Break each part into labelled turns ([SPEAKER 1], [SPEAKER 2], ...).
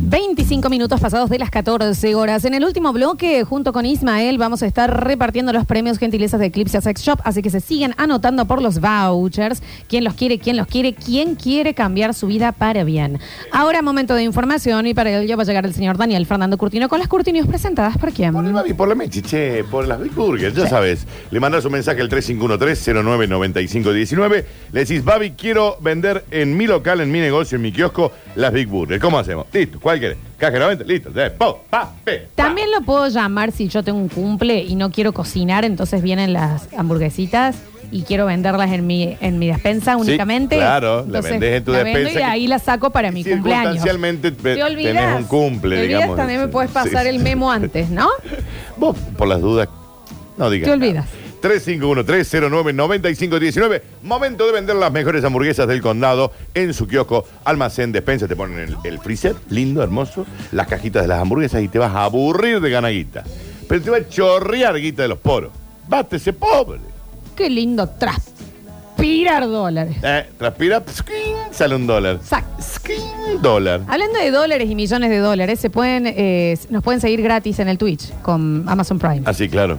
[SPEAKER 1] 25 minutos pasados de las 14 horas. En el último bloque, junto con Ismael, vamos a estar repartiendo los premios gentilezas de Eclipse Sex Shop, así que se siguen anotando por los vouchers. ¿Quién los quiere? ¿Quién los quiere? ¿Quién quiere cambiar su vida para bien? Ahora, momento de información y para ello va a llegar el señor Daniel Fernando Curtino con las Curtinios presentadas por quién.
[SPEAKER 2] Por el Babi, por la Mechi, che, por las Big Burgers, ya sabes. Le mandas un mensaje al 3513-099519. Le decís, Babi, quiero vender en mi local, en mi negocio, en mi kiosco, las Big Burgers. ¿Cómo hacemos? Listo, ¿cuál querés? Caja 90, listo. De, po, pa, pe, pa.
[SPEAKER 1] También lo puedo llamar si yo tengo un cumple y no quiero cocinar, entonces vienen las hamburguesitas y quiero venderlas en mi, en mi despensa únicamente.
[SPEAKER 2] claro, la vendés en tu
[SPEAKER 1] la vendo
[SPEAKER 2] despensa
[SPEAKER 1] Y
[SPEAKER 2] que-
[SPEAKER 1] ahí la saco para mi cumpleaños.
[SPEAKER 2] Circunstancialmente pe-
[SPEAKER 1] Te olvidas.
[SPEAKER 2] tenés un cumple,
[SPEAKER 1] Te olvidas,
[SPEAKER 2] digamos.
[SPEAKER 1] también me puedes pasar
[SPEAKER 2] Sí.
[SPEAKER 1] el memo antes, ¿no?
[SPEAKER 2] Vos, por las dudas, no digas.
[SPEAKER 1] Te
[SPEAKER 2] nada.
[SPEAKER 1] olvidas.
[SPEAKER 2] 351-309-9519. Momento de vender las mejores hamburguesas del condado en su kiosco, almacén, despensa. Te ponen el, el freezer, lindo, hermoso, las cajitas de las hamburguesas y te vas a aburrir de ganaguita. Pero te va a chorrear guita de los poros. Bátese, pobre.
[SPEAKER 1] Qué lindo transpirar dólares.
[SPEAKER 2] Eh, transpira, skin, sale un dólar.
[SPEAKER 1] Exacto.
[SPEAKER 2] Skin, dólar.
[SPEAKER 1] Hablando de dólares y millones de dólares, se pueden, eh, nos pueden seguir gratis en el Twitch con Amazon Prime.
[SPEAKER 2] Así, Ah, claro.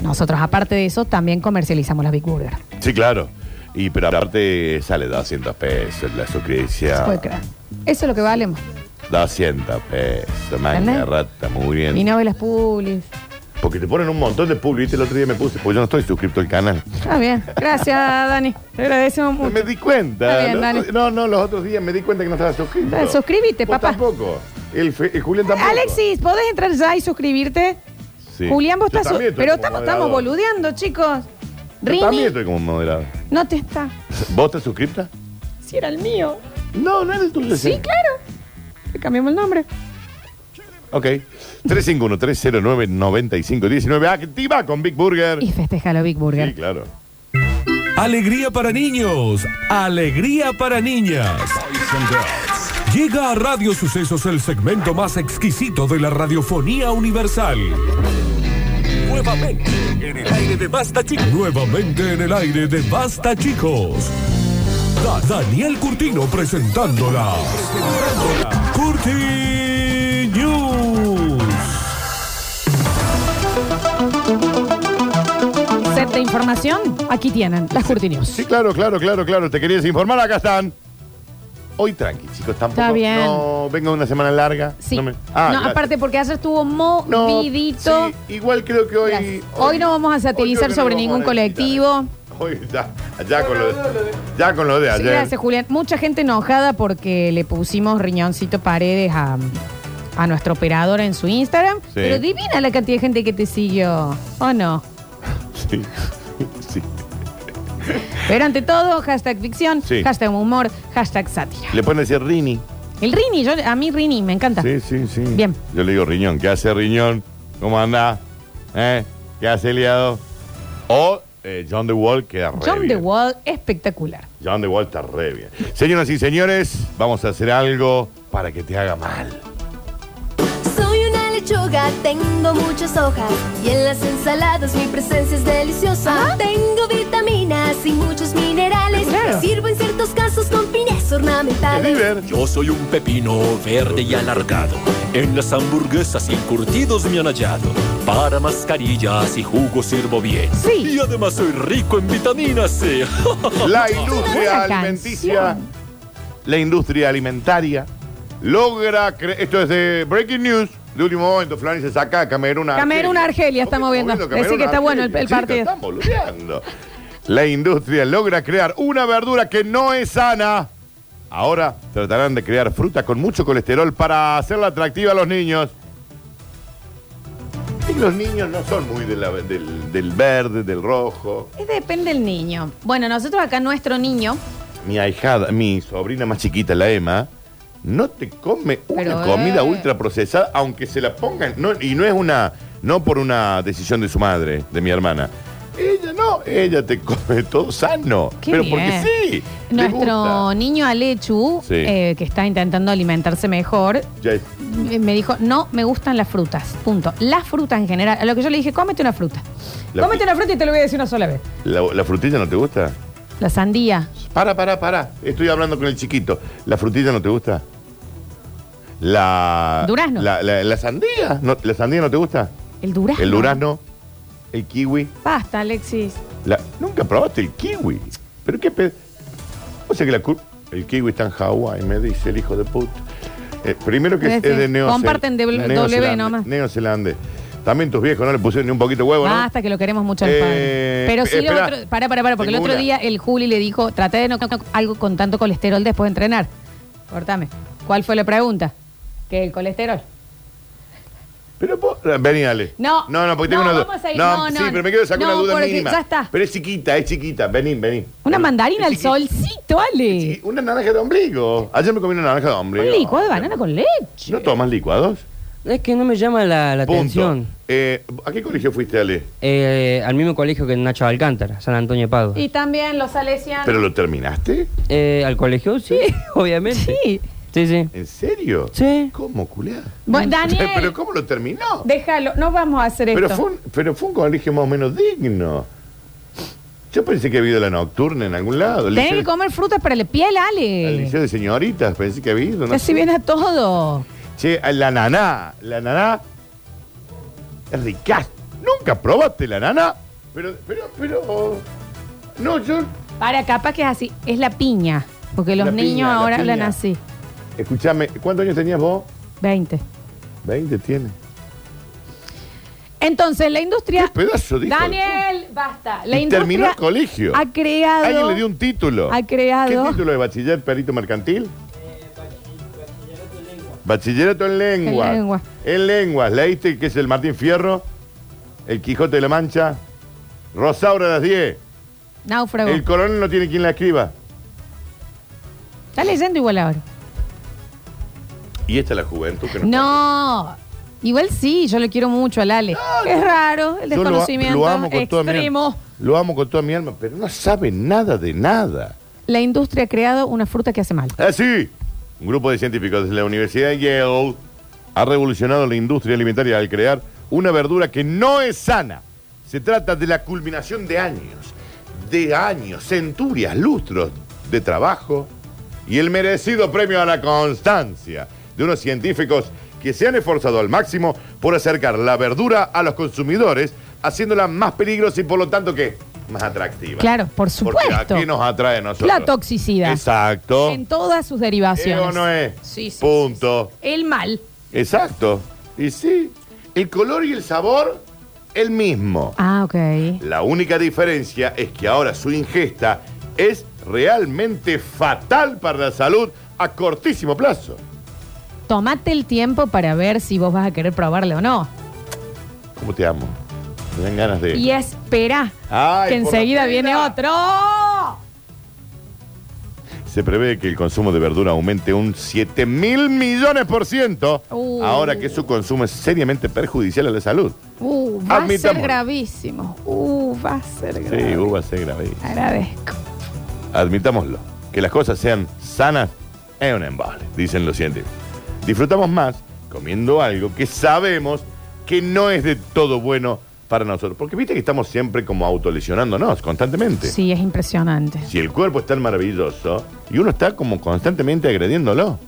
[SPEAKER 1] Nosotros, aparte de eso, también comercializamos las Big Burger.
[SPEAKER 2] Sí, claro. Y pero aparte sale 200 pesos la
[SPEAKER 1] Se puede
[SPEAKER 2] suscripción.
[SPEAKER 1] creer. Eso es lo que valemos.
[SPEAKER 2] 200 pesos, manga,
[SPEAKER 1] ¿Entendés?
[SPEAKER 2] rata, muy bien.
[SPEAKER 1] Y novelas publis.
[SPEAKER 2] Porque te ponen un montón de publi, ¿viste? El otro día me puse, porque yo no estoy suscrito al canal.
[SPEAKER 1] Está bien. Gracias, Dani. Te agradecemos mucho.
[SPEAKER 2] Me di cuenta.
[SPEAKER 1] Está bien,
[SPEAKER 2] Los
[SPEAKER 1] dale.
[SPEAKER 2] otros- No, no, los otros días me di cuenta que no estaba suscrito.
[SPEAKER 1] Dale, suscríbete,
[SPEAKER 2] Vos
[SPEAKER 1] papá.
[SPEAKER 2] tampoco. El, Fe- el Julián tampoco.
[SPEAKER 1] Alexis, ¿podés entrar ya y suscribirte?
[SPEAKER 2] Sí.
[SPEAKER 1] Julián, vos
[SPEAKER 2] Yo
[SPEAKER 1] estás.
[SPEAKER 2] también
[SPEAKER 1] su-
[SPEAKER 2] estoy
[SPEAKER 1] Pero
[SPEAKER 2] como
[SPEAKER 1] estamos, estamos
[SPEAKER 2] moderador.
[SPEAKER 1] boludeando, chicos.
[SPEAKER 2] Yo
[SPEAKER 1] Rini,
[SPEAKER 2] También estoy como moderado.
[SPEAKER 1] no te está.
[SPEAKER 2] ¿Vos estás suscripta?
[SPEAKER 1] Si era el mío.
[SPEAKER 2] No, no es el tuyo.
[SPEAKER 1] Sí,
[SPEAKER 2] ese.
[SPEAKER 1] claro. Le cambiamos el nombre.
[SPEAKER 2] Ok. 351-309-9519. Activa con Big Burger.
[SPEAKER 1] Y festejalo, Big
[SPEAKER 2] Sí,
[SPEAKER 1] Burger.
[SPEAKER 2] claro.
[SPEAKER 3] Alegría para niños, alegría para niñas. Llega a Radio Sucesos el segmento más exquisito de la radiofonía universal. Nuevamente en el aire de Basta Chicos. Nuevamente en el aire de Basta Chicos. Da- Daniel Curtino presentándola. Curti News.
[SPEAKER 1] Set de información, aquí tienen las Curtinios.
[SPEAKER 2] Sí, claro, claro, claro, claro. Te querías informar, acá están. Hoy tranqui, chicos, tampoco.
[SPEAKER 1] Está bien.
[SPEAKER 2] No, venga una semana larga.
[SPEAKER 1] Sí.
[SPEAKER 2] No, me- Ah,
[SPEAKER 1] no,
[SPEAKER 2] claro.
[SPEAKER 1] aparte porque ayer estuvo
[SPEAKER 2] No,
[SPEAKER 1] movidito.
[SPEAKER 2] sí, igual creo que hoy.
[SPEAKER 1] Gracias. Hoy no vamos a satirizar
[SPEAKER 2] hoy creo que
[SPEAKER 1] sobre
[SPEAKER 2] no
[SPEAKER 1] ningún
[SPEAKER 2] vamos a necesitar,
[SPEAKER 1] colectivo.
[SPEAKER 2] eh. Hoy ya, ya con lo de, ya con lo de
[SPEAKER 1] Sí,
[SPEAKER 2] ayer.
[SPEAKER 1] gracias, Julián. Mucha gente enojada porque le pusimos riñoncito paredes a, a nuestro operador en su Instagram. Pero divina la cantidad de gente que te siguió, ¿o no?
[SPEAKER 2] Sí. sí.
[SPEAKER 1] Pero ante todo, hashtag ficción,
[SPEAKER 2] Sí.
[SPEAKER 1] hashtag humor, hashtag sátira.
[SPEAKER 2] Le pueden decir Rini.
[SPEAKER 1] El Rini, yo, a mí Rini me encanta.
[SPEAKER 2] Sí, sí, sí.
[SPEAKER 1] Bien.
[SPEAKER 2] Yo le digo riñón. ¿Qué hace riñón? ¿Cómo anda? ¿Eh? ¿Qué hace liado? O eh, John The Wall queda re
[SPEAKER 1] John The
[SPEAKER 2] bien.
[SPEAKER 1] Wall, espectacular.
[SPEAKER 2] John de Wall está re bien. Señoras y señores, vamos a hacer algo para que te haga mal.
[SPEAKER 4] Soy una lechuga, tengo muchas hojas y en las ensaladas mi presencia es deliciosa. Tengo vitaminas y muchos minerales.
[SPEAKER 1] Claro.
[SPEAKER 4] Sirvo en ciertos casos con fines
[SPEAKER 2] Es
[SPEAKER 4] ornamentales.
[SPEAKER 2] River.
[SPEAKER 5] Yo soy un pepino verde y alargado. En las hamburguesas y encurtidos me han hallado. Para mascarillas y jugos sirvo bien.
[SPEAKER 1] Sí.
[SPEAKER 5] Y además soy rico en vitamina C.
[SPEAKER 2] La industria
[SPEAKER 1] Buena
[SPEAKER 2] alimenticia,
[SPEAKER 1] canción.
[SPEAKER 2] la industria alimentaria, logra. cre- Esto es de Breaking News. De último momento, Flani se saca a Camerún Argelia.
[SPEAKER 1] Camerún, Argelia, estamos
[SPEAKER 2] Porque
[SPEAKER 1] viendo.
[SPEAKER 2] Camerún,
[SPEAKER 1] Decí que está
[SPEAKER 2] Argelia,
[SPEAKER 1] bueno el- el
[SPEAKER 2] chicos,
[SPEAKER 1] partido.
[SPEAKER 2] Están boludeando. La industria logra crear una verdura que no es sana. Ahora tratarán de crear fruta con mucho colesterol para hacerla atractiva a los niños. Y los niños no son muy de la- del, del verde, del rojo.
[SPEAKER 1] Es depende del niño. Bueno, nosotros acá, nuestro niño,
[SPEAKER 2] mi ahijada, mi sobrina más chiquita, la Emma, no te come una
[SPEAKER 1] Pero,
[SPEAKER 2] comida
[SPEAKER 1] eh.
[SPEAKER 2] ultra procesada, aunque se la pongan. No, y no es una, no por una decisión de su madre, de mi hermana. Ella no, ella te come todo sano.
[SPEAKER 1] Qué
[SPEAKER 2] pero
[SPEAKER 1] bien.
[SPEAKER 2] porque sí. le
[SPEAKER 1] nuestro
[SPEAKER 2] gusta.
[SPEAKER 1] niño Alechu,
[SPEAKER 2] Sí.
[SPEAKER 1] eh, que está intentando alimentarse mejor,
[SPEAKER 2] Ya es-
[SPEAKER 1] me Eh, me dijo, no me gustan las frutas. Punto. Las frutas en general. A lo que yo le dije, cómete una fruta.
[SPEAKER 2] La
[SPEAKER 1] cómete
[SPEAKER 2] pi-
[SPEAKER 1] una fruta y te lo voy a decir una sola vez.
[SPEAKER 2] ¿la, la frutilla no te gusta?
[SPEAKER 1] La sandía.
[SPEAKER 2] Para, para, para. Estoy hablando con el chiquito. ¿La frutilla no te gusta? La.
[SPEAKER 1] Durazno.
[SPEAKER 2] La, la- la sandía. No, ¿La sandía no te gusta?
[SPEAKER 1] El durazno.
[SPEAKER 2] El durazno, el kiwi.
[SPEAKER 1] Basta, Alexis.
[SPEAKER 2] La- Nunca probaste el kiwi. ¿Pero qué pe- O sea que la cul- El kiwi está en Hawái, me dice el hijo de puta. Eh, primero que
[SPEAKER 1] Sí,
[SPEAKER 2] es,
[SPEAKER 1] sí.
[SPEAKER 2] es de Neozel-
[SPEAKER 1] Comparten de- W
[SPEAKER 2] neozelandés-
[SPEAKER 1] nomás.
[SPEAKER 2] Neozelandés. También tus viejos no le pusieron ni un poquito de huevo, ¿no?
[SPEAKER 1] Basta, que lo queremos mucho al
[SPEAKER 2] Eh,
[SPEAKER 1] padre. Pero sí,
[SPEAKER 2] espera.
[SPEAKER 1] lo otro, para, para, para, porque el otro
[SPEAKER 2] Ninguna.
[SPEAKER 1] día el Juli le dijo, traté de no comer algo con tanto colesterol después de entrenar. Cortame. ¿Cuál fue la pregunta? ¿Que el colesterol?
[SPEAKER 2] Pero vos- vení, Ale.
[SPEAKER 1] No.
[SPEAKER 2] No, no, porque tengo
[SPEAKER 1] No,
[SPEAKER 2] una duda.
[SPEAKER 1] vamos a ir- no,
[SPEAKER 2] sí,
[SPEAKER 1] no,
[SPEAKER 2] pero me quiero sacar
[SPEAKER 1] no,
[SPEAKER 2] una duda
[SPEAKER 1] porque
[SPEAKER 2] mínima.
[SPEAKER 1] ya está.
[SPEAKER 2] Pero es chiquita, es chiquita. Vení, vení.
[SPEAKER 1] Una
[SPEAKER 2] Vení.
[SPEAKER 1] mandarina al
[SPEAKER 2] Es chiqui-
[SPEAKER 1] solcito,
[SPEAKER 2] Y
[SPEAKER 1] Ale.
[SPEAKER 2] una naranja de ombligo. Ayer me comí una naranja de ombligo.
[SPEAKER 1] Un licuado de banana con leche.
[SPEAKER 2] ¿No tomas licuados?
[SPEAKER 6] Es que no me llama la, la
[SPEAKER 2] Punto.
[SPEAKER 6] atención.
[SPEAKER 2] Eh, ¿A qué colegio fuiste, Ale?
[SPEAKER 6] Eh, al mismo colegio que Nacho Alcántara, San Antonio de Padua.
[SPEAKER 1] Y también los salesianos.
[SPEAKER 2] ¿Pero lo terminaste?
[SPEAKER 6] Eh, ¿Al colegio? Sí, obviamente.
[SPEAKER 1] Sí.
[SPEAKER 6] Sí, sí.
[SPEAKER 2] ¿En serio?
[SPEAKER 6] Sí.
[SPEAKER 2] ¿Cómo, culiá?
[SPEAKER 1] Bueno,
[SPEAKER 2] ¿Pero
[SPEAKER 1] Daniel,
[SPEAKER 2] cómo lo terminó?
[SPEAKER 1] déjalo, no vamos a hacer
[SPEAKER 2] Pero
[SPEAKER 1] esto.
[SPEAKER 2] fue, un, pero fue un colegio más o menos digno. Yo pensé que había ido a la nocturna en algún lado. El
[SPEAKER 1] Tenés que
[SPEAKER 2] liceo,
[SPEAKER 1] comer frutas para la piel,
[SPEAKER 2] al
[SPEAKER 1] Ale.
[SPEAKER 2] liceo de señoritas, pensé que había ido. no
[SPEAKER 1] Casi
[SPEAKER 2] sé.
[SPEAKER 1] bien a todo.
[SPEAKER 2] Che, a la naná. La naná es rica. Nunca probaste la naná. Pero, pero, pero. No, yo.
[SPEAKER 1] Para, capaz que es así. Es la piña. Porque los
[SPEAKER 2] La piña,
[SPEAKER 1] niños
[SPEAKER 2] la
[SPEAKER 1] ahora hablan
[SPEAKER 2] piña.
[SPEAKER 1] así.
[SPEAKER 2] Escúchame, ¿cuántos años tenías vos?
[SPEAKER 1] 20.
[SPEAKER 2] 20 tiene.
[SPEAKER 1] Entonces, la industria.
[SPEAKER 2] ¿Qué pedazo dijo?
[SPEAKER 1] Daniel, basta. La
[SPEAKER 2] Y
[SPEAKER 1] industria
[SPEAKER 2] terminó el colegio.
[SPEAKER 1] Ha creado.
[SPEAKER 2] Alguien le dio un título.
[SPEAKER 1] ha creado-
[SPEAKER 2] ¿Qué título de bachiller, perito mercantil? Bachillerato en lengua.
[SPEAKER 1] En lengua.
[SPEAKER 2] En lenguas. Leíste que es el Martín Fierro, el Quijote de la Mancha, Rosaura a las 10.
[SPEAKER 1] Náufrago.
[SPEAKER 2] El coronel no tiene quien la escriba.
[SPEAKER 1] Está leyendo igual ahora.
[SPEAKER 2] Y esta es la juventud que nos
[SPEAKER 1] No. Igual sí, yo lo quiero mucho al Ale. es raro, el
[SPEAKER 2] Yo lo a-
[SPEAKER 1] desconocimiento
[SPEAKER 2] lo, amo con toda mi
[SPEAKER 1] extremo.
[SPEAKER 2] alma. Lo amo con toda mi alma, pero no sabe nada de nada.
[SPEAKER 1] La industria ha creado una fruta que hace mal.
[SPEAKER 2] Así, Eh, un grupo de científicos de la Universidad de Yale ha revolucionado la industria alimentaria al crear una verdura que no es sana. Se trata de la culminación de años, de años, centurias, lustros de trabajo y el merecido premio a la constancia de unos científicos que se han esforzado al máximo por acercar la verdura a los consumidores, haciéndola más peligrosa y por lo tanto que más atractiva.
[SPEAKER 1] Claro, por supuesto.
[SPEAKER 2] Porque aquí nos atrae a nosotros.
[SPEAKER 1] La toxicidad.
[SPEAKER 2] Exacto.
[SPEAKER 1] En todas sus derivaciones.
[SPEAKER 2] ¿Eh o no es?
[SPEAKER 1] Sí, sí,
[SPEAKER 2] Punto.
[SPEAKER 1] sí, sí. El mal.
[SPEAKER 2] Exacto. Y sí, el color y el sabor, el mismo.
[SPEAKER 1] Ah, ok.
[SPEAKER 2] La única diferencia es que ahora su ingesta es realmente fatal para la salud a cortísimo plazo.
[SPEAKER 1] Tomate el tiempo para ver si vos vas a querer probarle o no.
[SPEAKER 2] ¿Cómo te amo? Me dan ganas de...
[SPEAKER 1] Y espera
[SPEAKER 2] Ay,
[SPEAKER 1] que
[SPEAKER 2] por la
[SPEAKER 1] enseguida
[SPEAKER 2] pena.
[SPEAKER 1] viene otro.
[SPEAKER 2] Se prevé que el consumo de verdura aumente un 7 mil millones por ciento,
[SPEAKER 1] Uh.
[SPEAKER 2] ahora que su consumo es seriamente perjudicial a la salud.
[SPEAKER 1] Uh, va a ser
[SPEAKER 2] Admitámoslo.
[SPEAKER 1] gravísimo. Uh, va a ser
[SPEAKER 2] Sí, uh.
[SPEAKER 1] gravísimo.
[SPEAKER 2] uva se grave.
[SPEAKER 1] Agradezco.
[SPEAKER 2] Admitámoslo, que las cosas sean sanas es un embole, dicen los científicos. Disfrutamos más comiendo algo que sabemos que no es de todo bueno para nosotros. Porque viste que estamos siempre como autolesionándonos constantemente.
[SPEAKER 1] Sí, es impresionante.
[SPEAKER 2] Si el cuerpo es tan maravilloso y uno está como constantemente agrediéndolo.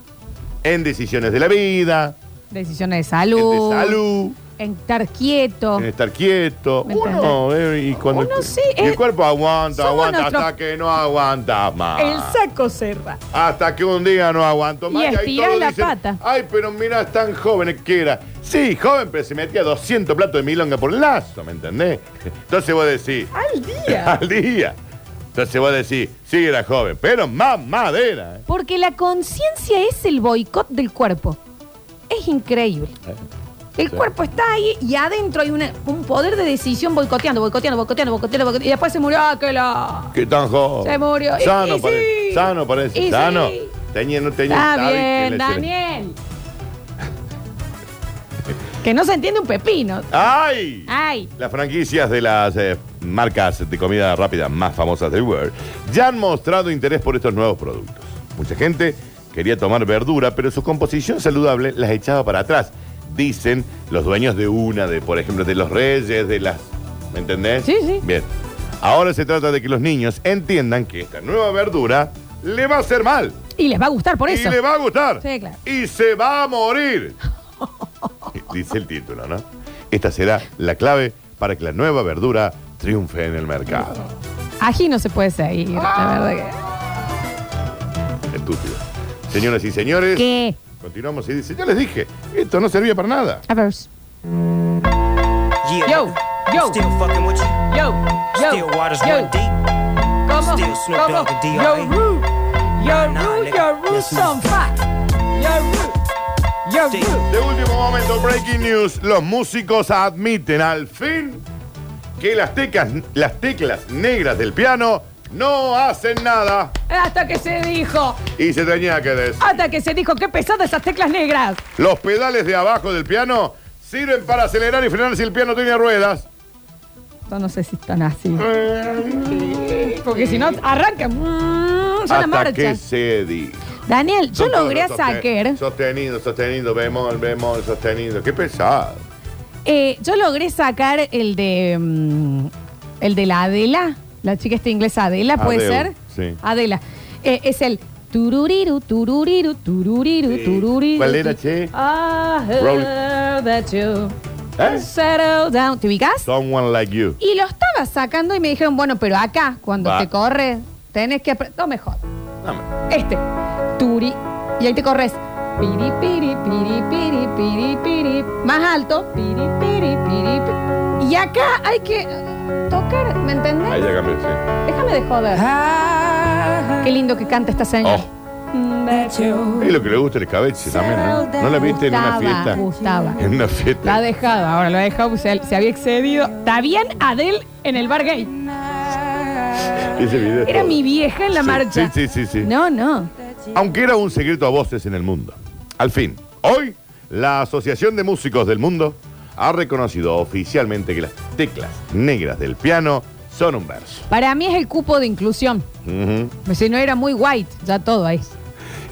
[SPEAKER 2] En decisiones de la vida,
[SPEAKER 1] Decisiones de
[SPEAKER 2] en
[SPEAKER 1] salud.
[SPEAKER 2] de salud,
[SPEAKER 1] En estar quieto.
[SPEAKER 2] en estar quieto.
[SPEAKER 1] ¿Me
[SPEAKER 2] Uno, eh, y cuando
[SPEAKER 1] Uno sí,
[SPEAKER 2] y el
[SPEAKER 1] eh,
[SPEAKER 2] cuerpo aguanta,
[SPEAKER 1] somos
[SPEAKER 2] aguanta,
[SPEAKER 1] nuestro-
[SPEAKER 2] hasta que no aguanta más.
[SPEAKER 1] El saco cerra.
[SPEAKER 2] Hasta que un día no aguanto más.
[SPEAKER 1] Y
[SPEAKER 2] ahí
[SPEAKER 1] estirás
[SPEAKER 2] todos
[SPEAKER 1] la pata.
[SPEAKER 2] Ay, pero mira tan joven que era. Sí, joven, pero se metía 200 platos de milonga por el lazo, ¿me entendés? Entonces vos decís...
[SPEAKER 1] Al día.
[SPEAKER 2] Al día. Entonces vos decís, sí, era joven, pero más madera. ¿eh?
[SPEAKER 1] Porque la conciencia es el boicot del cuerpo. Es increíble. El
[SPEAKER 2] Eh, Sí.
[SPEAKER 1] cuerpo está ahí y adentro hay una- un poder de decisión boicoteando, boicoteando, boicoteando, boicoteando, boicoteando. Y después se murió, ah, que la...
[SPEAKER 2] Qué tan joven.
[SPEAKER 1] Se murió. Y-
[SPEAKER 2] Sano
[SPEAKER 1] y
[SPEAKER 2] parece.
[SPEAKER 1] sí.
[SPEAKER 2] Sano parece.
[SPEAKER 1] Y
[SPEAKER 2] sano.
[SPEAKER 1] sí.
[SPEAKER 2] Teñía, no teñía.
[SPEAKER 1] Está
[SPEAKER 2] sabe que
[SPEAKER 1] bien,
[SPEAKER 2] le- se le-
[SPEAKER 1] Daniel. Que no se entiende un pepino.
[SPEAKER 2] ¡Ay!
[SPEAKER 1] Ay.
[SPEAKER 2] Las franquicias de las eh, marcas de comida rápida más famosas del world ya han mostrado interés por estos nuevos productos. Mucha gente quería tomar verdura, pero su composición saludable las echaba para atrás. Dicen los dueños de una, de por ejemplo, de los reyes, de las... ¿Me entendés?
[SPEAKER 1] Sí, sí.
[SPEAKER 2] Bien. Ahora se trata de que los niños entiendan que esta nueva verdura le va a hacer mal.
[SPEAKER 1] Y les va a gustar por eso.
[SPEAKER 2] Y le va a gustar.
[SPEAKER 1] Sí, claro.
[SPEAKER 2] Y se va a morir. Dice el título, ¿no? Esta será la clave para que la nueva verdura triunfe en el mercado.
[SPEAKER 1] Ají no se puede seguir, la verdad
[SPEAKER 2] Ah. Estúpido. Señoras y señores,
[SPEAKER 1] que. ¿Qué?
[SPEAKER 2] continuamos y dice, ya les dije, esto no servía para nada.
[SPEAKER 1] A ver. Yo, yo,
[SPEAKER 7] Still fucking with you.
[SPEAKER 1] yo, yo,
[SPEAKER 7] Still waters
[SPEAKER 1] yo.
[SPEAKER 7] run deep.
[SPEAKER 1] ¿Cómo?
[SPEAKER 7] Still Snoop
[SPEAKER 1] ¿Cómo?
[SPEAKER 7] Dogg and D.R.E.
[SPEAKER 1] Yo, Ru. Yo, Ru, yo,
[SPEAKER 7] nigga.
[SPEAKER 1] Ru,
[SPEAKER 7] Yes, yes.
[SPEAKER 1] son fat. Yo, Ru. Yo,
[SPEAKER 7] Still.
[SPEAKER 1] Ru.
[SPEAKER 2] De último momento, breaking news. Los músicos admiten al fin que las, tecas- las teclas negras del piano no hacen nada.
[SPEAKER 1] Eh, Hasta que se dijo,
[SPEAKER 2] Y se tenía que decir.
[SPEAKER 1] hasta que se dijo, qué pesadas esas teclas negras.
[SPEAKER 2] Los pedales de abajo del piano sirven para acelerar y frenar si el piano tiene ruedas.
[SPEAKER 1] Yo no sé si están así. Porque si no, arranca. mm, ya la
[SPEAKER 2] Hasta que
[SPEAKER 1] marcha.
[SPEAKER 2] se dijo.
[SPEAKER 1] Daniel, yo
[SPEAKER 2] Son todos
[SPEAKER 1] logré a
[SPEAKER 2] los soste-
[SPEAKER 1] Sacker.
[SPEAKER 2] Sostenido, sostenido, bemol, bemol, sostenido. Qué pesado.
[SPEAKER 1] Eh, yo logré sacar el de. mm, el de la Adela. La chica esta inglesa Adela, ¿puede
[SPEAKER 2] Adele,
[SPEAKER 1] ser?
[SPEAKER 2] sí.
[SPEAKER 1] Adela. Eh, es el. Tururiru, tururiru, tururiru,
[SPEAKER 2] Sí.
[SPEAKER 1] tururiru.
[SPEAKER 2] ¿Cuál era, che?
[SPEAKER 1] I heard
[SPEAKER 2] Rolling.
[SPEAKER 1] that you
[SPEAKER 2] ¿Eh?
[SPEAKER 1] settle down. ¿Te ubicas?
[SPEAKER 2] Someone like you.
[SPEAKER 1] Y lo estaba sacando y me dijeron, bueno, pero acá, cuando
[SPEAKER 2] Va.
[SPEAKER 1] te corre, tenés que. apre- No mejor.
[SPEAKER 2] Dame.
[SPEAKER 1] Este. Turi. Y ahí te corres. Piri, piri, piri, piri, piri, piri. Más alto. Piri, piri, piri, pi- Y acá hay que tocar, ¿me
[SPEAKER 2] Ahí
[SPEAKER 1] entendés?
[SPEAKER 2] ya cambió, sí.
[SPEAKER 1] Déjame de joder. Qué lindo que canta esta señora.
[SPEAKER 2] Oh. Es lo que le gusta el escabeche también, ¿no? ¿No la viste en una
[SPEAKER 1] Gustaba,
[SPEAKER 2] fiesta?
[SPEAKER 1] Gustaba.
[SPEAKER 2] En una
[SPEAKER 1] La ha
[SPEAKER 2] fiesta.
[SPEAKER 1] dejado, ahora la ha dejado, pues se, se había excedido. Está bien Adel en el bar gay.
[SPEAKER 2] Ese video es
[SPEAKER 1] Era
[SPEAKER 2] todo.
[SPEAKER 1] mi vieja en la
[SPEAKER 2] Sí,
[SPEAKER 1] marcha.
[SPEAKER 2] Sí, sí, sí. sí.
[SPEAKER 1] No, no.
[SPEAKER 2] Aunque era un secreto a voces en el mundo. Al fin, hoy, la Asociación de Músicos del Mundo ha reconocido oficialmente que las teclas negras del piano son un verso.
[SPEAKER 1] Para mí es el cupo de inclusión.
[SPEAKER 2] Ujú.
[SPEAKER 1] Pues, Si no era muy white, ya todo ahí.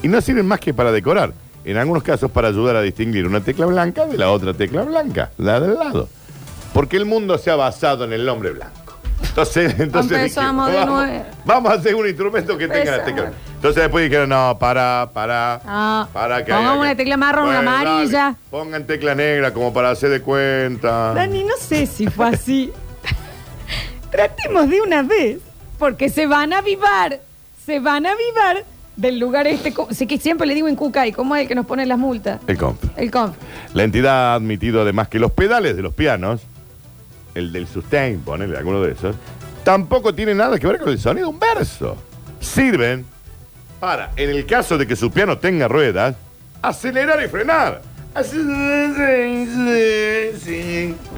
[SPEAKER 2] Y no sirven más que para decorar. En algunos casos para ayudar a distinguir una tecla blanca de la otra tecla blanca, la del lado. Porque el mundo se ha basado en el nombre blanco. Entonces, entonces
[SPEAKER 1] Empezamos de
[SPEAKER 2] vamos,
[SPEAKER 1] nuevo.
[SPEAKER 2] vamos a hacer un instrumento que tenga las
[SPEAKER 1] Empezamos.
[SPEAKER 2] teclas. Entonces después dijeron, no, para, para,
[SPEAKER 1] Ah,
[SPEAKER 2] para que...
[SPEAKER 1] pongamos
[SPEAKER 2] haya que-
[SPEAKER 1] una tecla marrón, una
[SPEAKER 2] dale,
[SPEAKER 1] amarilla.
[SPEAKER 2] pongan tecla negra como para hacer de cuenta.
[SPEAKER 1] Dani, no sé si fue así. Tratemos de una vez, porque se van a avivar, se van a avivar del lugar este. co- Sé que siempre le digo en Cucay, ¿cómo es el que nos pone las multas?
[SPEAKER 2] El comp.
[SPEAKER 1] El conf.
[SPEAKER 2] La entidad ha admitido además que los pedales de los pianos, el del sustain, ponele alguno de esos, tampoco tiene nada que ver con el sonido de un verso. Sirven para, en el caso de que su piano tenga ruedas, acelerar y frenar.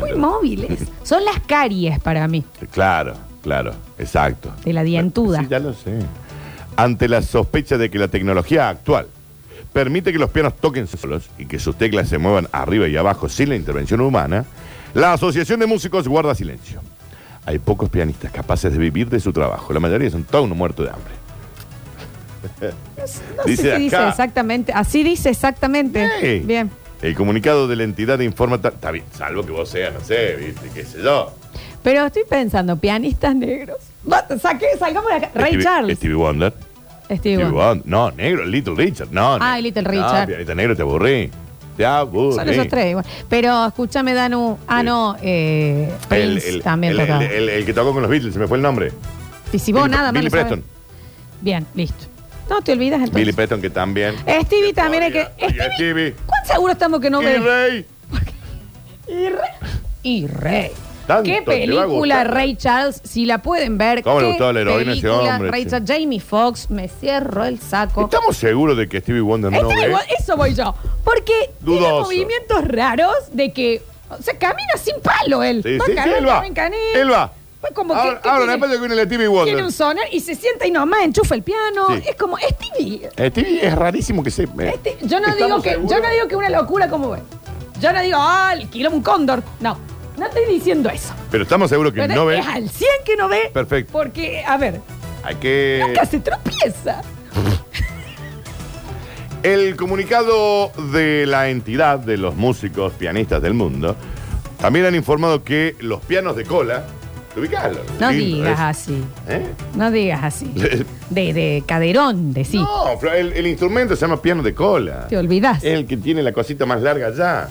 [SPEAKER 1] Muy móviles. Son las caries para mí.
[SPEAKER 2] Claro, claro, exacto.
[SPEAKER 1] De la dientuda.
[SPEAKER 2] Sí, ya lo sé. Ante la sospecha de que la tecnología actual permite que los pianos toquen solos y que sus teclas se muevan arriba y abajo sin la intervención humana, la Asociación de Músicos guarda silencio. Hay pocos pianistas capaces de vivir de su trabajo. La mayoría son todos unos muertos de hambre.
[SPEAKER 1] No
[SPEAKER 2] Dice
[SPEAKER 1] sé si dice
[SPEAKER 2] acá.
[SPEAKER 1] exactamente. Así dice exactamente.
[SPEAKER 2] Sí.
[SPEAKER 1] Bien.
[SPEAKER 2] El comunicado de la entidad informa... ta- Está bien, salvo que vos seas, no sé, viste, qué sé yo.
[SPEAKER 1] Pero estoy pensando, pianistas negros. Basta, Saqué, salgamos de acá. Ray
[SPEAKER 2] Stevie-
[SPEAKER 1] Charles.
[SPEAKER 2] Stevie Wonder.
[SPEAKER 1] Stevie
[SPEAKER 2] Stevie
[SPEAKER 1] Wonder.
[SPEAKER 2] Wonder. No, negro, Little Richard. No,
[SPEAKER 1] Ah,
[SPEAKER 2] ne-
[SPEAKER 1] Little
[SPEAKER 2] no,
[SPEAKER 1] Richard.
[SPEAKER 2] pianista negro, te aburrí. Te aburrí.
[SPEAKER 1] Son esos tres igual. Pero escúchame, Danu. Ah,
[SPEAKER 2] Sí.
[SPEAKER 1] no, eh,
[SPEAKER 2] El,
[SPEAKER 1] Prince
[SPEAKER 2] el-
[SPEAKER 1] también
[SPEAKER 2] el-
[SPEAKER 1] tocaba.
[SPEAKER 2] el- el- el que tocó con los Beatles, se me fue el nombre.
[SPEAKER 1] y si vos
[SPEAKER 2] Billy-
[SPEAKER 1] nada más lo
[SPEAKER 2] Billy
[SPEAKER 1] sabes.
[SPEAKER 2] Preston.
[SPEAKER 1] Bien, listo. No te olvidas entonces.
[SPEAKER 2] Billy Preston, que también.
[SPEAKER 1] Stevie también hay que.
[SPEAKER 2] Y
[SPEAKER 1] Stevie,
[SPEAKER 2] Stevie.
[SPEAKER 1] ¿Cuán seguro estamos que no
[SPEAKER 2] Y
[SPEAKER 1] ve?
[SPEAKER 2] Rey.
[SPEAKER 1] Y Rey. Y Rey.
[SPEAKER 2] Tanto
[SPEAKER 1] ¿Qué
[SPEAKER 2] te va a
[SPEAKER 1] película
[SPEAKER 2] gustar.
[SPEAKER 1] Ray Charles? Si la pueden ver.
[SPEAKER 2] ¿Cómo le
[SPEAKER 1] ¿qué
[SPEAKER 2] gustaba la heroína a ese
[SPEAKER 1] película
[SPEAKER 2] hombre,
[SPEAKER 1] Ray
[SPEAKER 2] che?
[SPEAKER 1] Charles, Jamie Foxx, me cierro el saco.
[SPEAKER 2] Estamos seguros de que Stevie Wonder no
[SPEAKER 1] Está
[SPEAKER 2] ve.
[SPEAKER 1] igual, eso voy yo. Porque tiene
[SPEAKER 2] Dudoso.
[SPEAKER 1] movimientos raros de que. O sea, camina sin palo él.
[SPEAKER 2] Sí,
[SPEAKER 1] Va
[SPEAKER 2] sí, sí,
[SPEAKER 1] canín,
[SPEAKER 2] él va.
[SPEAKER 1] canín, canín.
[SPEAKER 2] Él va.
[SPEAKER 1] Fue como
[SPEAKER 2] ahora,
[SPEAKER 1] que.
[SPEAKER 2] ahora
[SPEAKER 1] que
[SPEAKER 2] me
[SPEAKER 1] tiene,
[SPEAKER 2] parece que viene el Stevie
[SPEAKER 1] tiene
[SPEAKER 2] Wonder.
[SPEAKER 1] un sonar y se sienta y nomás enchufa el piano.
[SPEAKER 2] Sí.
[SPEAKER 1] Es como. Es Stevie.
[SPEAKER 2] Eh, Stevie es rarísimo que se. eh,
[SPEAKER 1] Este- yo, no digo
[SPEAKER 2] estamos
[SPEAKER 1] que, yo
[SPEAKER 2] seguros.
[SPEAKER 1] no digo que una locura como ve. Yo no digo, ah, alquiló un cóndor. No. No estoy diciendo eso.
[SPEAKER 2] Pero estamos seguros que
[SPEAKER 1] Pero
[SPEAKER 2] no ve.
[SPEAKER 1] es al 100 que no ve.
[SPEAKER 2] Perfecto. Eh,
[SPEAKER 1] Porque, a ver,
[SPEAKER 2] Hay que.
[SPEAKER 1] nunca se tropieza.
[SPEAKER 2] El comunicado de la entidad de los músicos pianistas del mundo también han informado que los pianos de cola ¿Lo ubicás? Lo-
[SPEAKER 1] No
[SPEAKER 2] lindo,
[SPEAKER 1] digas
[SPEAKER 2] es.
[SPEAKER 1] así.
[SPEAKER 2] ¿Eh?
[SPEAKER 1] No digas así. De, de caderón, de sí.
[SPEAKER 2] No, Flor, el, el instrumento se llama piano de cola.
[SPEAKER 1] Te olvidas.
[SPEAKER 2] Es el que tiene la cosita más larga allá.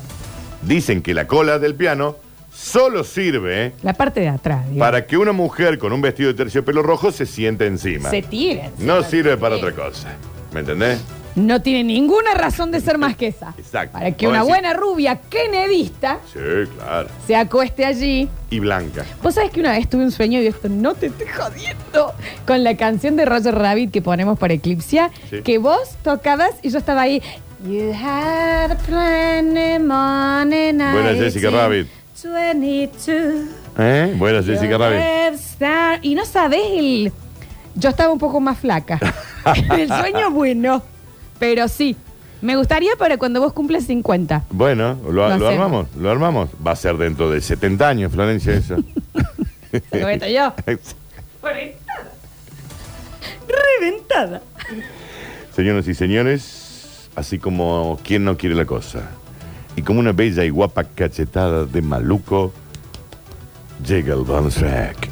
[SPEAKER 2] Dicen que la cola del piano solo sirve
[SPEAKER 1] La parte de atrás. digamos.
[SPEAKER 2] para que una mujer con un vestido de terciopelo rojo se siente encima.
[SPEAKER 1] Se tira.
[SPEAKER 2] No sirve para otra cosa. ¿Me entendés?
[SPEAKER 1] No tiene ninguna razón de ser más que esa.
[SPEAKER 2] Exacto.
[SPEAKER 1] Para que
[SPEAKER 2] Vos
[SPEAKER 1] una
[SPEAKER 2] decís-
[SPEAKER 1] buena rubia kennedista
[SPEAKER 2] Sí, claro.
[SPEAKER 1] se acueste allí.
[SPEAKER 2] Y blanca.
[SPEAKER 1] Vos sabés que una vez tuve un sueño y esto no te estoy jodiendo con la canción de Roger Rabbit que ponemos para Eclipsia,
[SPEAKER 2] Sí.
[SPEAKER 1] que vos tocabas y yo estaba ahí. You had a plan in morning,
[SPEAKER 2] Buena Jessica
[SPEAKER 1] 19,
[SPEAKER 2] Rabbit.
[SPEAKER 1] 22.
[SPEAKER 2] ¿Eh? Bueno, Jessica Rabbit.
[SPEAKER 1] Webstar. Y no sabés el. Yo estaba un poco más flaca. el sueño, bueno. Pero sí. Me gustaría para cuando vos cumples 50.
[SPEAKER 2] Bueno,
[SPEAKER 1] Lo
[SPEAKER 2] lo, lo
[SPEAKER 1] hacemos.
[SPEAKER 2] armamos, lo armamos. Va a ser dentro de 70 años, Florencia, eso.
[SPEAKER 1] Se lo meto yo. Reventada. Reventada.
[SPEAKER 2] Señoras y señores, así como quien no quiere la cosa, y como una bella y guapa cachetada de maluco, llega el bounce track.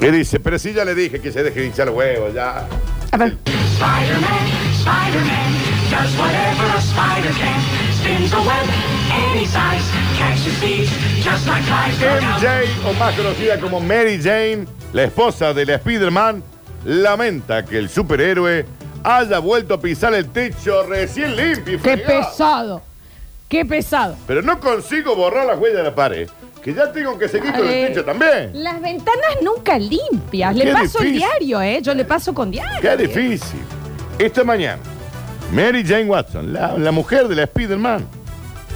[SPEAKER 2] Le dice, pero si ya le dije que se deje de hinchar huevos, ya.
[SPEAKER 1] A ver.
[SPEAKER 7] Spider-Man, Spider-Man, does whatever a spider can. Spins a web any size, catches thieves just like flies. Look out.
[SPEAKER 2] MJ, o más conocida como Mary Jane, la esposa de la Spider-Man, lamenta que el superhéroe haya vuelto a pisar el techo recién limpio. y
[SPEAKER 1] Qué
[SPEAKER 2] fregado.
[SPEAKER 1] pesado. Qué pesado.
[SPEAKER 2] Pero no consigo borrar las huellas de la pared, que ya tengo que seguir con
[SPEAKER 1] Eh,
[SPEAKER 2] el techo también.
[SPEAKER 1] Las ventanas nunca limpias. Le
[SPEAKER 2] Qué
[SPEAKER 1] paso el
[SPEAKER 2] difícil.
[SPEAKER 1] diario, ¿eh? Yo le paso con diario.
[SPEAKER 2] Qué difícil. Esta mañana, Mary Jane Watson, la, la mujer de la Spider-Man,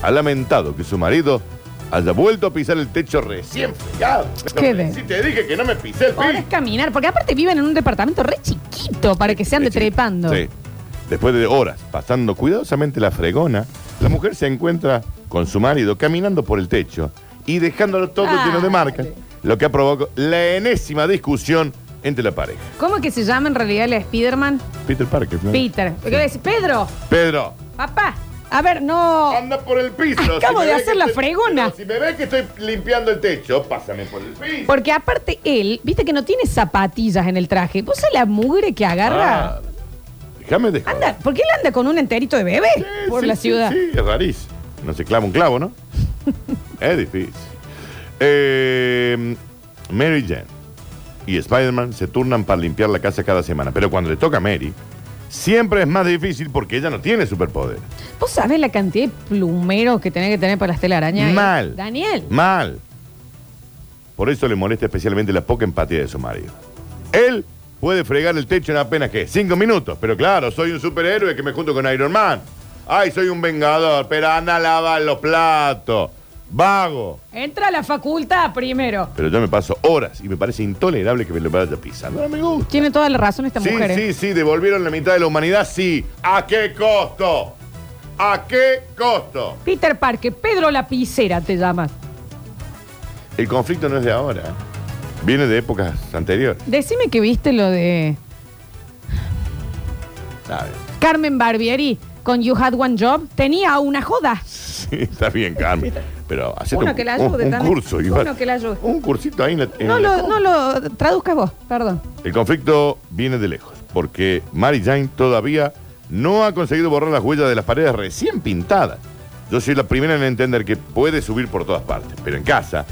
[SPEAKER 2] ha lamentado que su marido haya vuelto a pisar el techo recién fregado.
[SPEAKER 1] Qué bien.
[SPEAKER 2] Si te dije que no me pisé el
[SPEAKER 1] Podés
[SPEAKER 2] piso.
[SPEAKER 1] caminar, porque aparte viven en un departamento re chiquito para que se ande
[SPEAKER 2] Es decir,
[SPEAKER 1] trepando.
[SPEAKER 2] Sí. Después de horas pasando cuidadosamente la fregona, la mujer se encuentra con su marido caminando por el techo y dejándolo todo
[SPEAKER 1] Dale.
[SPEAKER 2] lleno de marcas, lo que ha provocado la enésima discusión entre la pareja.
[SPEAKER 1] ¿Cómo que se llama en realidad la Spider-Man?
[SPEAKER 2] Peter Parker. ¿no?
[SPEAKER 1] Peter. ¿Qué le decís? Pedro,
[SPEAKER 2] Pedro.
[SPEAKER 1] papá. A ver, no.
[SPEAKER 2] Anda por el piso.
[SPEAKER 1] Oh. Acabo
[SPEAKER 2] me
[SPEAKER 1] de
[SPEAKER 2] ves
[SPEAKER 1] hacer
[SPEAKER 2] que
[SPEAKER 1] la
[SPEAKER 2] estoy-
[SPEAKER 1] fregona.
[SPEAKER 2] pero Si me ves que estoy limpiando el techo, pásame por el piso.
[SPEAKER 1] Porque aparte él, viste que no tiene zapatillas en el traje. ¿Vos sabés la mugre que agarra?
[SPEAKER 2] Ah, Déjame dejar.
[SPEAKER 1] Anda, ¿por qué él anda con un enterito de bebé por la ciudad?
[SPEAKER 2] Sí, es rarísimo. No se clava un clavo, ¿no? es difícil. Eh, Mary Jane y Spider-Man se turnan para limpiar la casa cada semana. Pero cuando le toca a Mary, siempre es más difícil porque ella no tiene superpoder.
[SPEAKER 1] ¿Vos sabés la cantidad de plumeros que tenés que tener para las telarañas? eh?
[SPEAKER 2] Mal.
[SPEAKER 1] Daniel.
[SPEAKER 2] Mal. Por eso le molesta especialmente la poca empatía de su marido. Él puede fregar el techo en apenas, ¿qué? Cinco minutos. Pero claro, soy un superhéroe que me junto con Iron Man. Ay, soy un vengador, pero anda a lavar los platos. Vago.
[SPEAKER 1] Entra a la facultad primero.
[SPEAKER 2] Pero yo me paso horas y me parece intolerable que me lo vaya pisando. No me gusta.
[SPEAKER 1] Tiene toda la razón esta
[SPEAKER 2] Sí,
[SPEAKER 1] mujer. ¿eh?
[SPEAKER 2] sí, sí, devolvieron la mitad de la humanidad, sí. ¿A qué costo? ¿A qué costo?
[SPEAKER 1] Peter Parker, Pedro Lapicera te llamas.
[SPEAKER 2] El conflicto no es de ahora. ¿eh? Viene de épocas anteriores.
[SPEAKER 1] Decime que viste lo de
[SPEAKER 2] ¿Sabes?
[SPEAKER 1] Carmen Barbieri con You Had One Job. Tenía una joda.
[SPEAKER 2] Sí, está bien, Carmen. Pero hacete
[SPEAKER 1] Uno
[SPEAKER 2] un,
[SPEAKER 1] que la ayude
[SPEAKER 2] un- un
[SPEAKER 1] también.
[SPEAKER 2] curso.
[SPEAKER 1] Uno
[SPEAKER 2] Iván.
[SPEAKER 1] que la ayude.
[SPEAKER 2] Un cursito ahí en la... en
[SPEAKER 1] No
[SPEAKER 2] la-
[SPEAKER 1] lo, no lo traduzcas vos, perdón.
[SPEAKER 2] El conflicto viene de lejos, porque Mary Jane todavía no ha conseguido borrar las huellas de las paredes recién pintadas. Yo soy la primera en entender que puede subir por todas partes, pero en casa,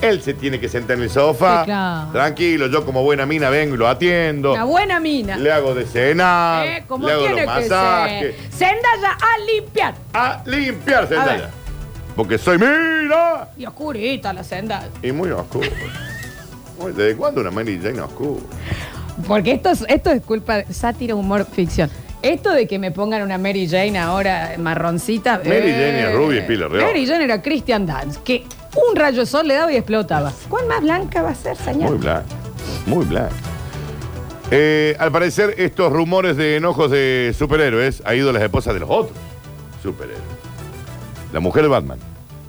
[SPEAKER 2] él se tiene que sentar en el sofá.
[SPEAKER 1] Sí, claro.
[SPEAKER 2] Tranquilo, yo como buena mina vengo y lo atiendo.
[SPEAKER 1] Una buena mina.
[SPEAKER 2] Le hago de cenar,
[SPEAKER 1] Eh, como
[SPEAKER 2] le hago
[SPEAKER 1] tiene
[SPEAKER 2] los
[SPEAKER 1] que
[SPEAKER 2] masajes.
[SPEAKER 1] ser. Zendaya a limpiar.
[SPEAKER 2] A limpiarse,
[SPEAKER 1] A ver.
[SPEAKER 2] Zendaya. Porque soy mina.
[SPEAKER 1] Y oscurita la Zendaya.
[SPEAKER 2] Y muy oscuro. Uy, ¿Desde cuándo una Mary Jane oscura?
[SPEAKER 1] Porque esto es, esto es culpa de sátira, humor, ficción. Esto de que me pongan una Mary Jane ahora marroncita. eh,
[SPEAKER 2] Mary Jane era rubia y pila, real.
[SPEAKER 1] Mary Jane era Christian Dance, que un rayo de sol le daba y explotaba. ¿Cuál más blanca va a ser,
[SPEAKER 2] Muy
[SPEAKER 1] señor?
[SPEAKER 2] blanca. Muy blanca. Eh, al parecer, estos rumores de enojos de superhéroes ha ido a las esposas de los otros superhéroes. La mujer de Batman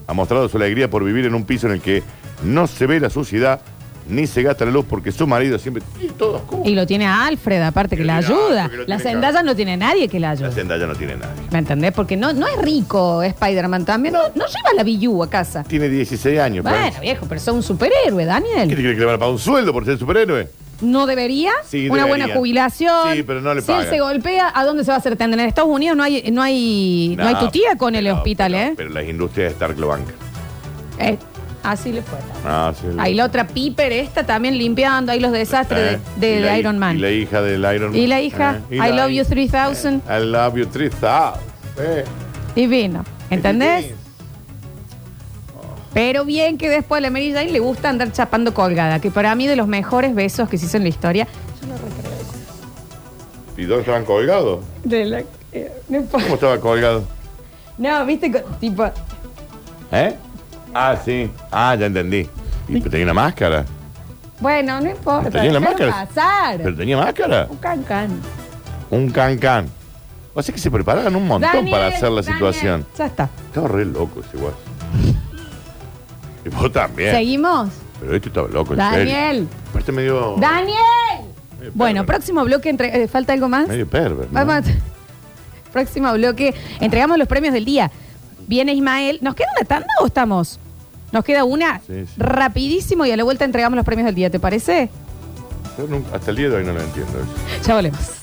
[SPEAKER 2] ha mostrado su alegría por vivir en un piso en el que no se ve la suciedad ni se gasta la luz porque su marido siempre. Y todo oscuro.
[SPEAKER 1] Y lo tiene a Alfred, aparte que
[SPEAKER 2] Y
[SPEAKER 1] la
[SPEAKER 2] lo tiene
[SPEAKER 1] ayuda.
[SPEAKER 2] Alfred, que lo
[SPEAKER 1] La
[SPEAKER 2] tiene
[SPEAKER 1] Zendaya
[SPEAKER 2] Carlos.
[SPEAKER 1] no tiene nadie que la
[SPEAKER 2] La
[SPEAKER 1] ayude.
[SPEAKER 2] senda ya no tiene nadie.
[SPEAKER 1] ¿Me entendés? Porque no, no es rico Spider-Man también. No, no lleva la Biyu a casa.
[SPEAKER 2] Tiene 16 años.
[SPEAKER 1] Bueno,
[SPEAKER 2] Florencia.
[SPEAKER 1] viejo, pero sos un superhéroe,
[SPEAKER 2] ¿Qué te
[SPEAKER 1] Daniel.
[SPEAKER 2] quiere que le van a pagar un sueldo por ser superhéroe?
[SPEAKER 1] ¿No debería?
[SPEAKER 2] Sí,
[SPEAKER 1] Una
[SPEAKER 2] debería.
[SPEAKER 1] buena jubilación.
[SPEAKER 2] Sí, pero no le
[SPEAKER 1] Si él
[SPEAKER 2] pagan.
[SPEAKER 1] se golpea, ¿a dónde se va a hacer tender? En Estados Unidos no hay, no hay, no, hay tutía con el
[SPEAKER 2] pero-
[SPEAKER 1] hospital,
[SPEAKER 2] pero-
[SPEAKER 1] ¿eh?
[SPEAKER 2] Pero las industrias de Stark lo bancan.
[SPEAKER 1] Eh, Así le fue.
[SPEAKER 2] Ah, sí.
[SPEAKER 1] Ahí la otra Piper, esta también limpiando ahí los desastres
[SPEAKER 2] Eh,
[SPEAKER 1] de, de
[SPEAKER 2] y la hi-
[SPEAKER 1] Iron Man.
[SPEAKER 2] Y la hija del Iron Man.
[SPEAKER 1] Y la hija,
[SPEAKER 2] Eh, y
[SPEAKER 1] I
[SPEAKER 2] la
[SPEAKER 1] love
[SPEAKER 2] hi-
[SPEAKER 1] you 3000.
[SPEAKER 2] I love you 3000. Eh.
[SPEAKER 1] Y vino. ¿Entendés? Pero bien que después a la Mary Jane le gusta andar chapando colgada, que para mí de los mejores besos que se hizo en la historia.
[SPEAKER 2] ¿Y dónde estaban colgados?
[SPEAKER 1] De la, eh, no,
[SPEAKER 2] ¿Cómo
[SPEAKER 1] importa.
[SPEAKER 2] estaba colgado?
[SPEAKER 1] No, viste, co- tipo,
[SPEAKER 2] ¿Eh? Ah, sí. Ah, ya entendí. Y, pero tenía una máscara.
[SPEAKER 1] bueno, no importa.
[SPEAKER 2] Tenía la
[SPEAKER 1] déjalo
[SPEAKER 2] máscara.
[SPEAKER 1] pasar.
[SPEAKER 2] Pero tenía máscara.
[SPEAKER 1] Un cancán.
[SPEAKER 2] Un cancán. O sea que se preparaban un montón
[SPEAKER 1] Daniel,
[SPEAKER 2] para hacer la
[SPEAKER 1] Daniel,
[SPEAKER 2] situación.
[SPEAKER 1] Ya está.
[SPEAKER 2] Estaba re loco ese guaso. Y vos también.
[SPEAKER 1] ¿Seguimos?
[SPEAKER 2] Pero este estaba loco, en
[SPEAKER 1] Daniel.
[SPEAKER 2] serio. Pero Este medio.
[SPEAKER 1] ¡Daniel!
[SPEAKER 2] medio
[SPEAKER 1] Bueno,
[SPEAKER 2] perver-
[SPEAKER 1] próximo bloque. entre- eh, ¿Falta algo más?
[SPEAKER 2] Medio perver. ¿no?
[SPEAKER 1] Vamos. Próximo bloque. Entregamos los premios del día. Viene Ismael. ¿Nos queda una tanda o estamos? Nos queda una.
[SPEAKER 2] Sí, sí.
[SPEAKER 1] Rapidísimo y a la vuelta entregamos los premios del día. ¿Te parece?
[SPEAKER 2] Yo nunca- hasta el día de hoy no lo entiendo. eso.
[SPEAKER 1] Ya volvemos.